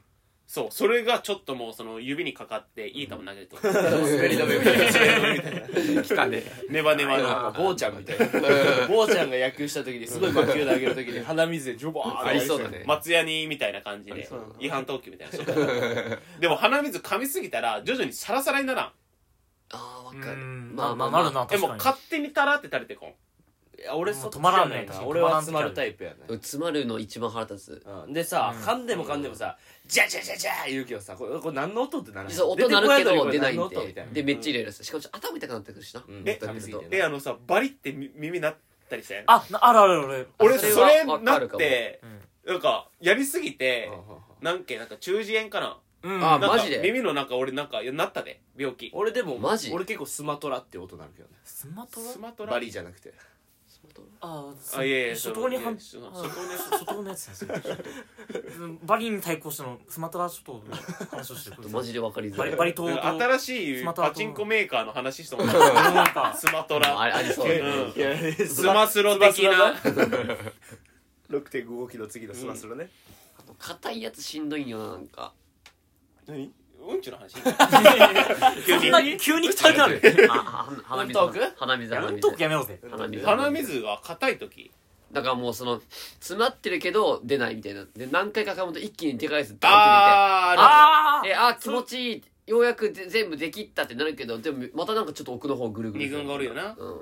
S4: そうそれがちょっともうその指にかかっていい球投げる と
S2: え滑り止めみたい な来たね
S4: ネバネ
S1: な
S4: バ
S1: ん
S4: の
S1: か坊ちゃんみたいな坊ちゃんが野球した時にすごい魔球投げる時に鼻水でジョバーって
S2: ありそうだね
S4: 松ヤニみたいな感じで
S1: そう
S4: 違反投球みたいな 人でも鼻水噛みすぎたら徐々にサラサラにならん
S2: あ
S3: う
S2: ーわかる
S3: ん
S2: ま
S3: ま
S2: あ
S3: あ
S2: ま
S3: ま
S2: あ
S3: あ
S2: まあ
S3: なるな
S4: え
S3: 確
S4: もう
S3: かに
S4: 勝手にタラって垂れてこん
S1: いや俺そっち
S3: 止まらん
S1: じゃな
S3: ね
S1: い
S3: 確か
S1: な
S3: に
S1: 俺は詰まるタイプやね
S2: 詰まるの一番腹立
S1: うんでさ
S3: うん
S1: 噛んでも噛んでもさジャジャジャジャー言うけどさこれこれ何の音ってならな
S2: つ
S1: い
S2: そう音鳴るけど出ない
S1: こ
S2: ん
S1: れ何の音みたい
S2: で
S1: な
S2: でめっちゃイライラするしかもちょっと頭痛くなってくるしな
S1: うん
S2: ずっと
S1: 噛
S2: や
S1: み
S2: っ
S1: す
S2: て
S1: ぎ
S2: る
S1: て
S2: と
S1: ね
S4: えあのさバリってみ耳なったりしてん
S3: あなあるある俺
S4: 俺
S2: それは
S4: それ
S2: わ
S4: な
S2: かるかも
S4: ってなんかやりすぎ
S1: う
S4: て
S1: んうんうん
S4: なんけなんか中耳炎かな
S3: うん
S2: あ
S4: なんか
S2: マジで
S4: 耳の中俺なんかいやなったで病気
S1: 俺でも
S2: マジ
S1: 俺結構スマトラって音なるけどね
S3: スマト
S4: ス
S3: ラ
S4: マトラ
S1: バリじゃなくて
S3: あ
S4: あいやいや
S3: 初頭に反
S4: その
S3: あ
S4: いや初頭のやつ
S3: 初頭のやつですねバリに対抗してのスマトラ諸島の話をしてくる
S2: マジでわかりづ
S3: バ
S2: らい
S3: リバリ島と
S4: 新しいパチンコメーカーの話してもらった
S3: なんか
S4: スマト
S2: あ
S4: ラ
S2: ありそう
S4: うん
S1: いや
S4: スマスロ的な
S1: 6.5キロ次のスマスロね
S2: 硬いやつしんどいんよななんか
S4: 何うんちの話
S3: そんな急に来たくなる
S2: あは鼻水
S1: うんとく
S2: 鼻水
S3: や
S2: 鼻
S3: め
S2: 水
S3: とくやめようぜ
S2: 鼻水
S4: 鼻水が硬い時
S2: だからもうその詰まってるけど出ないみたいなで何回か噛むと一気に手返すドンって
S4: あ
S3: あ
S2: 出てえあー気持ちいいようやくで全部できったってなるけどでもまたなんかちょっと奥の方ぐる
S4: ー
S2: ぐる
S4: 二軍がおるよ
S2: な
S4: な
S2: うん
S3: ー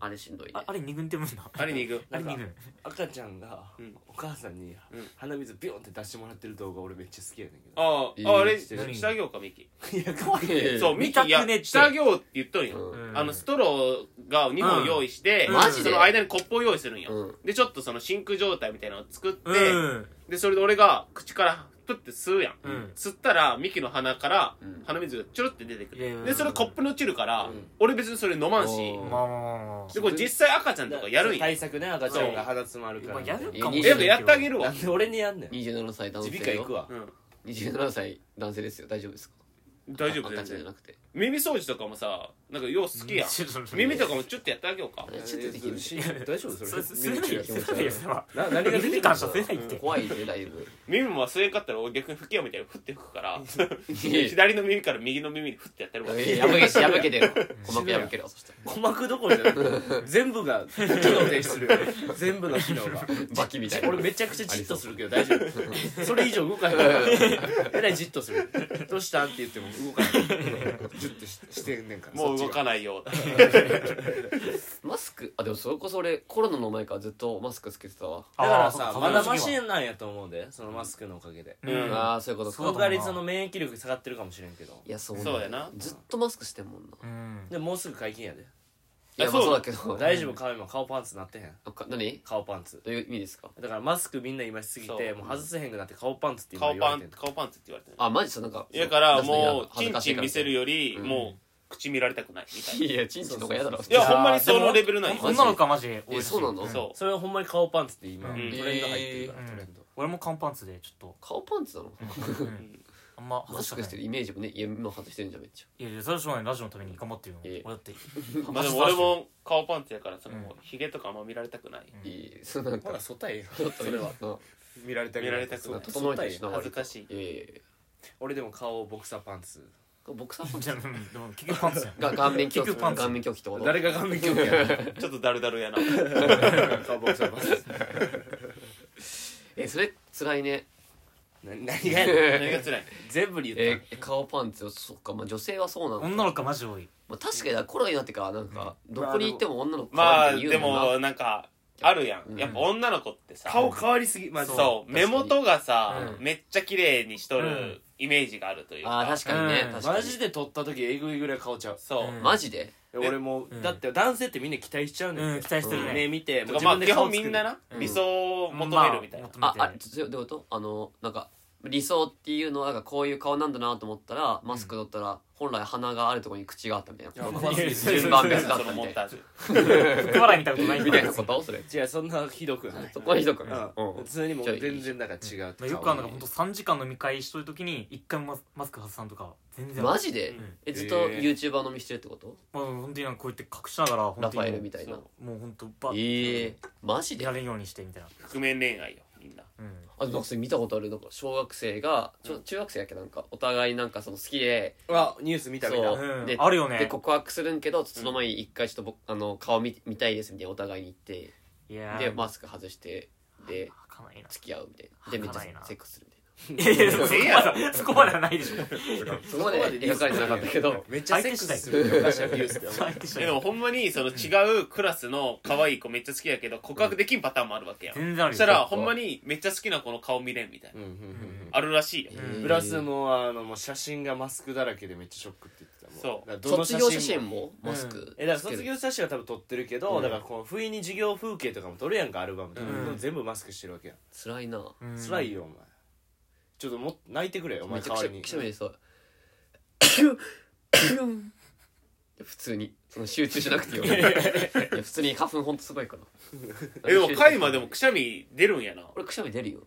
S2: あれしんどいね
S3: ああれ二軍ってもんだ
S4: あれ二軍
S3: あれ二軍
S1: 赤ちゃんが
S4: うん
S1: お母さんに
S4: うん
S1: 鼻水ビョンって出してもらってる動画俺めっちゃ好きやねんけど
S4: あ
S2: いい
S4: ああれ
S3: 何
S4: 下行かミキ
S1: いや怖い
S2: ええ
S4: そうミキいや
S3: 見たくねって
S4: 下行って言っとるよ
S2: うん
S4: あのストローが2本用意して、
S3: うんマジ
S4: そ
S3: で
S4: の間にコップを用意するんよ、
S2: うん
S4: でちょっとその真空状態みたいなのを作って、
S3: うん
S4: でそれで俺が口からプって吸うやん、
S3: うん
S4: 吸ったらミキの鼻から
S2: うん
S4: 鼻水がチュルって出てく
S3: いやいやい
S4: る
S3: や
S4: でそれコップに落ちるから、
S2: うん
S4: 俺別にそれ飲まんし
S2: お
S3: まあまあまあまあ
S4: でこれ実際赤ちゃんとかやるんや
S1: 対策ね赤ちゃんが鼻詰まるから
S3: まあやるかも
S2: い
S3: し
S4: え
S3: れ
S2: や
S4: や
S3: な
S4: っ
S3: いけど
S4: ぱやってあげる
S1: な
S4: わ
S1: んで俺にやんねん
S2: 27歳男性
S1: 耳
S2: よ
S1: 鼻科行くわ
S4: うん
S2: 27歳男性ですよ大丈夫ですか
S4: 大丈夫
S2: 赤
S4: 全
S2: ちゃんじゃな
S4: 然
S2: くて
S4: 耳掃除とかもさなんかよう好きやん
S3: ちょっと
S4: 耳とかもチュッてやってあげようか
S2: えちょっとできる
S1: し大丈夫そ
S3: そ
S1: れ
S3: れすれないよ
S1: 耳
S3: す
S1: 注意
S3: れないよそれは
S1: な何が出てくる
S3: 耳感謝せないって
S2: 怖いですねだいぶ
S4: 耳も吸えんかったら俺逆に吹き矢みたいにフッて吹くから
S2: いやいや
S4: 左の耳から右の耳にフッてやってるわ
S2: いや破け破けてよ鼓膜破けろそしたら
S1: 鼓膜どころじゃなくて全部が機能停止するよ 全部の機能が
S2: バキみたいな
S1: 俺めちゃくちゃじっとするけど大丈夫 それ以上動かへんからえらいじっとするどうしたんって言っても動かないじっとししてんねんから
S4: もう動か
S1: ない
S4: ないよ
S2: マスクあでもそれこそ俺コロナの前からずっとマスクつけてたわ
S1: だからさ
S3: あー
S1: まだマシなんやと思うんでそのマスクのおかげで
S3: う
S4: うん
S3: ん
S2: ああそういうこと
S1: そ
S2: か
S1: の代わりその免疫力下がってるかもしれんけど
S2: いやそう
S4: そうやな
S2: ずっとマスクしてんもんな
S3: うん
S1: でもうすぐ解禁やで
S2: いやまあ
S4: そ
S2: そううだけど
S1: 大丈夫顔今顔パンツなってへん
S2: あか何
S1: 顔パンツ
S2: どういう意味ですか
S1: だからマスクみんな今しすぎて
S4: そう
S1: もう外せへんくなって顔パンツって今
S4: 顔
S1: 言わ
S4: パ
S1: れて
S4: ン
S1: ん
S4: 顔パンツって言われてる
S2: あマジそうなんか
S4: だからもう
S2: 恥
S4: チ
S2: ず
S4: ン
S2: かしいか
S4: チン
S2: ら
S4: 見せるより
S2: うん
S4: もう口見られたくないみたい
S2: いやチンチンとか嫌だろ
S1: そう
S2: 普
S1: そ
S2: 通
S4: ないやほんまに
S3: あーでも
S4: そのレベルなんよ
S3: 女の子はマジ多い
S2: え
S3: ですよ
S2: そうなの
S3: ん
S4: なそう
S1: それはほんまに顔パンツって今
S3: う
S1: トレン
S3: ん
S1: ド入ってるから
S3: えー
S1: トレンド
S3: 俺も缶パンツでちょ
S2: 顔パンツなの
S3: っとうんあんま外
S2: マ
S3: し
S2: ス
S3: た
S2: ク
S3: く
S2: し
S3: な
S2: て
S3: い
S2: るイメージもねいや今外してるんじゃんめっちゃ
S3: いやいやそれはしょうがないラジオのために頑張ってるよ
S2: いやいや
S3: 俺だって
S4: まあでも俺も顔パンツやからその
S3: うん
S4: ヒゲとかあんま見られたくない
S3: うん
S2: いいそうなん
S1: ほ
S2: から
S1: そたえ
S2: ちょ
S1: よ
S2: っと
S1: それは
S2: うん
S1: 見られた
S4: 見られたくない
S2: 整えてるしな
S4: 恥ずかしい
S2: いやいやい
S1: 俺でも顔ボクサーパンツ
S2: やボクサーパン
S3: じゃ
S2: ツ
S3: あうんでも結局パンツやん
S2: が顔面
S3: 結
S2: 狂気
S3: 局パンツ
S2: 顔面狂気ってこと
S1: 誰が顔面興味ある
S4: ちょっとダルダルやな
S1: 顔ボクサーパン ツ
S2: えそれ辛いね
S1: な何がやねん
S4: 何が辛い
S1: 全部に言っ
S2: えー顔パンツそっかまあ女性はそうなのか
S3: 女の子はマジ多い
S2: まあ、確かにだコロナになってからなんかどこに行っても女の子
S4: ま
S2: 可
S4: あ
S2: 愛いって言
S4: で
S2: うもんな
S4: もなんかあるやんやっぱ女の子ってさ
S1: た顔変わりすぎまず
S4: そう目元がさ
S3: うん
S4: めっちゃ綺麗にしと
S3: う
S4: る
S3: ん
S4: イメージがあるという
S2: ああ
S4: か
S2: 確かにね、
S3: うん
S2: 確かに
S1: マジで撮った時えぐいぐらい顔ちゃう
S4: そう
S3: うん
S2: マジで
S1: 俺も
S3: うん
S1: だって男性ってみんな期待しちゃうね
S3: うんん期待してる
S1: 目
S3: ね
S1: 見て
S4: て
S1: もう
S4: か
S1: 自
S4: まあ
S1: 分
S4: 基
S1: で
S4: 本
S1: 顔
S4: み
S1: 作る
S4: んなな
S2: うん
S4: 理想を求めるみたいな
S2: ああ
S3: あ
S2: ちょどういうことあのなんか理想っていうのはなんかこういう顔なんだなと思ったらマスク取ったら本来鼻があるところに口があったみたいな
S1: や
S2: こ
S1: ばすぎる
S3: いや
S2: 順番別だっ
S4: そ
S2: た
S4: の
S2: み
S4: モ
S2: たいな
S4: ンタージュ
S3: 福笑いみたいなことない
S2: みたいなことそれ
S1: じゃあそんなひどくはない
S2: そこはひどく
S1: う
S2: ない、
S1: ん
S2: うん
S1: 普通にもう全然なんか違う
S3: まあよくあるのが本当3時間飲み会しとるときに1回もマスマスク外さんとか全然
S2: マ
S3: ジ
S2: ジで、
S3: うん
S2: えずっと YouTuber のみしてるってこと、
S3: まあ本当になんかこうやって隠しながら
S2: ラ
S3: 本
S2: フ
S3: 当
S2: ァエ
S3: に
S2: ルみたいな
S4: そ
S3: もう本当バ
S2: え
S3: ッ
S2: えマジで
S3: やれんようにしてみたいな
S4: 覆面恋愛よみんな
S3: うん
S2: あでもなんかそれ見たことあるなんか小学生がちょ中学生やっけなんかお互いなんかその好きで
S1: あニュース見た見
S2: そ
S1: た
S3: うん
S2: で
S3: あるよね
S2: で告白するんけどその前に一回ちょっと僕、あの顔見見たいですみたいなお互いに言って
S3: いやー
S2: でマスク外してで
S3: はかないな
S2: 付き合うみたいなでめっち
S3: 儚い
S2: ゃ
S3: な
S2: セックスするみたいない
S3: やいやそこまでそこまではないでしょ
S2: そこまで描かれてなかったけど
S1: めっちゃセックスするよ昔はニュースで
S3: 相手し
S4: えでもほんまにその違うクラスの可愛い子めっちゃ好きやけど告白できんパターンもあるわけやん
S3: 全然あるよ
S4: そしたらほんまにめっちゃ好きな子の顔見れんみたいな
S1: うんうんうん
S4: あるらしいよ
S3: うん
S1: プラスもうあのもう写真がマスクだらけでめっちゃショックって言ってたもん
S4: そう
S1: だからどの
S2: 卒業写真も
S3: うん
S2: マスク
S1: えだから卒業写真は多分撮ってるけど、
S2: うん
S1: だからこの不意に授業風景とかも撮るやんかアルバムとか、
S3: うん
S1: 全部マスクしてるわけやん
S2: 辛いな
S3: うん
S1: 辛いよお前ちょっともっ泣いてくれよお
S2: め
S1: 前
S2: ち
S1: 代
S2: ゃく
S1: わ
S2: ち
S1: り
S2: ゃ
S1: に
S2: くしゃみでそう 普通にその集中しなくてよいや普通に花粉ほんとすごいから
S4: えでも回までもくしゃみ出るんやな
S2: 俺くしゃみ出るよ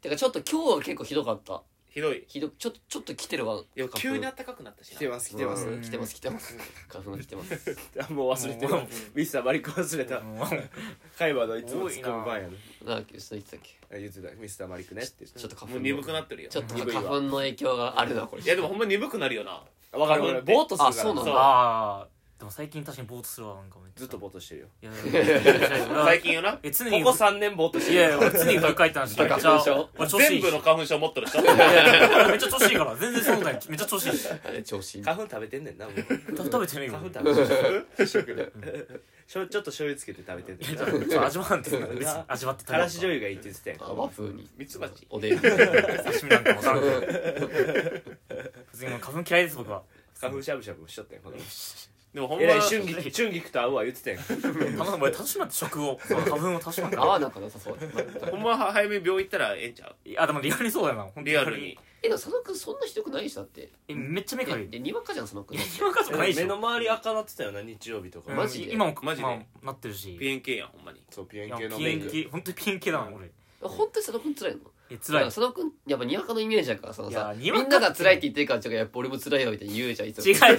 S2: てかちょっと今日は結構ひどかった
S4: ひどい
S2: ひどちょっとちょっと来てるわ
S4: いや
S2: 花粉
S4: 急に暖かくなったし
S1: 来
S4: な
S1: てます来てます、
S3: う
S2: うん
S3: ん
S2: 来てます来てます花粉来てます
S1: あもう忘れてる
S3: もう
S1: ミスターマリック忘れた、
S3: もう
S1: カイバーのいつも突っ込む番やね
S2: なんだっけその言ってたっけ
S1: あ言ってたミスターマリックねって言って
S2: ちょっと花粉
S4: もう
S2: の
S4: 鈍くなってるよ
S2: ちょっと
S1: 鈍いわ
S2: 花粉の影響があるなこれ
S4: いやでもほんま鈍くなるよな
S1: た分かる分かるボーっとするから
S2: あそうなん
S4: そう
S2: だ
S3: ああでも最近確かにぼーっとするわなんかめっちゃ
S1: ずっとボーっとしてるよ
S3: いやいやいやいやいや俺は
S4: 最近よな
S3: え常
S1: こ
S3: に
S1: こ3年ボーっとして
S3: い
S1: る
S3: やいや俺常に振り返ってたんですよめっちゃ
S2: 高いでしょ
S3: 俺調子い
S4: 全
S3: い
S4: 部の花粉症持っとる人
S3: 俺めっちゃ調子いいから全然そんなことないめっちゃ調子いいし
S2: あれ調子いい
S1: 花粉食べてんねんなもう
S3: 食べてないよ
S1: 花粉
S3: 俺
S1: 食べてんね んしょちょっと醤油つけて食べてんねんな
S3: ちょ味わわんって別に味わって
S1: からし醤油が
S3: 油
S1: いいって言ってたやん
S2: 和風に
S4: ミツバチ
S2: おでん
S3: 刺身なんか分からんけど別にもう花粉嫌いです僕は
S1: 花粉しゃぶしゃぶしちゃったよこの
S4: でもほん
S1: え
S4: ま
S1: らい春菊春菊と合うわ言ってたやん
S3: 頼むお前楽しまって食をその花粉を楽しまって
S2: 合わなくなさそう
S4: ほんまは早めに病院行ったらええんちゃう
S3: いやでもリアルにそうやな本当
S4: リアルに
S2: えでも佐野くんそんなひどくないでしょだって
S3: えめっちゃ目かゆい
S2: でにわかじゃん佐野くん
S3: 今こそないで
S1: 目
S3: し
S1: の
S3: ょ
S1: 周り赤なってたよな日曜日とか
S3: うん
S2: マジで
S3: 今も
S4: マジで
S3: まあなってるし
S4: PNK やんほんまに
S1: そうピエ
S3: い
S1: ン
S3: や
S1: 系の
S3: ピ
S1: メ
S3: エ
S1: イ
S3: ン
S1: ク
S3: 系本当にピエン系だもん俺
S2: 本当に佐野くん辛いの
S3: え辛い
S2: だから佐野くんやっぱにわかのイメージだからその
S3: いや
S2: さみ
S3: にわか
S2: んなが辛いって言ってるからちょっとやっぱ俺も辛いよみたいに言うじゃんいつも
S3: 違う違う違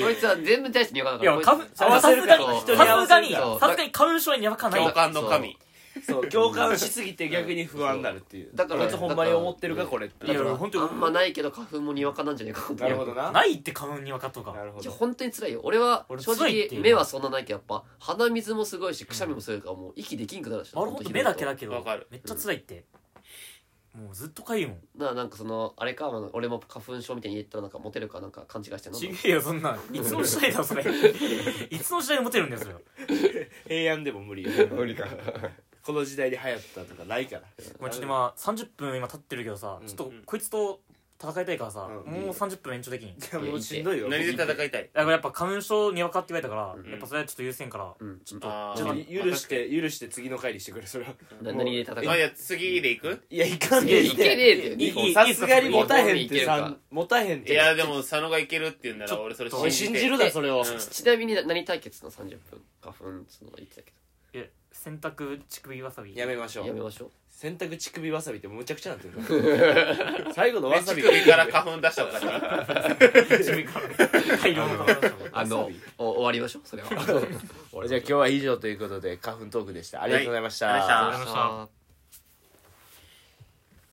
S3: う
S2: こいつは全部に対してにわかだ
S3: い
S2: から
S3: や花
S2: こいつ
S3: 粉合わせるか
S2: そう
S3: らさすがに
S2: そう
S3: さすがに花粉症にやばかない
S4: 共
S3: よ
S4: 感の神
S1: そう共感しすぎて逆に不安になるっていう
S2: だから
S1: こいつほんまに思ってるかこれって
S3: いやいや本当に
S2: あんまないけど花粉もにわかなんじゃねえか
S1: なるほどな
S3: ないって花粉に分かっとか
S1: なるほ
S2: いや
S1: ど
S2: 本当に辛いよ俺は
S3: 俺
S2: 正
S3: 辛いって
S2: 直
S3: いう
S2: 目はそんなないけどやっぱ鼻水もすごいしくしゃみもするからもう息できんくなるし
S3: あれほんと目だけだけど
S4: わかる
S3: めっちゃ辛いってもうずっとかゆいもん
S2: ななんかそのあれかまあ俺も花粉症みたいに言ったらなんかモテるかなんか勘違いしてんの
S3: ちげえよそんなんいつの時代だよそれいつの時代にモテるんだよそれは
S1: 平安でも無理よ
S5: 無理か
S1: この時代に流行ったとかないから
S3: もうちょっと今30分今経ってるけどさ
S1: うん
S3: ちょっとこいつと戦いたいからさ
S1: うん
S3: もう30分延長できん
S1: いやもうしんどいよ
S4: 何で戦いたい
S3: だからやっぱ花粉症に分かって言われたから、
S4: うん
S3: やっぱそれはちょっと優先から、
S2: うん
S3: ちょっと
S4: あ
S1: ちょっ
S4: ー
S1: と許して許して次の回にしてくれそれは
S2: な何で戦う
S4: あいや次で行く
S1: いやいかん
S2: いや
S1: で
S2: いけねえって
S3: いいいい
S1: さすがに持たへんっ
S2: いけ
S1: て
S2: る
S1: さ
S2: か
S1: 持たへんっ
S4: い
S1: て
S4: やでも佐野がいけるって言うんなら俺それ
S1: おい信
S4: 信じて
S1: じるだそれを
S4: うん
S2: ちちなみに何対決なの30分花粉っつうのが言ってたけ
S3: いや洗濯乳首わさび
S1: やめましょ
S2: どやめ
S1: う
S2: ましょう
S1: 洗濯乳首わさびってむちゃくちゃなってる 最後のわさび
S4: 首か ら花粉出したからな
S3: 乳首から大量の顔出したもん
S2: あのお終わりましょうそれは
S1: じゃあ今日は以上ということで花粉トークでしたありがとうございました、
S4: はいありがとうございました
S2: あー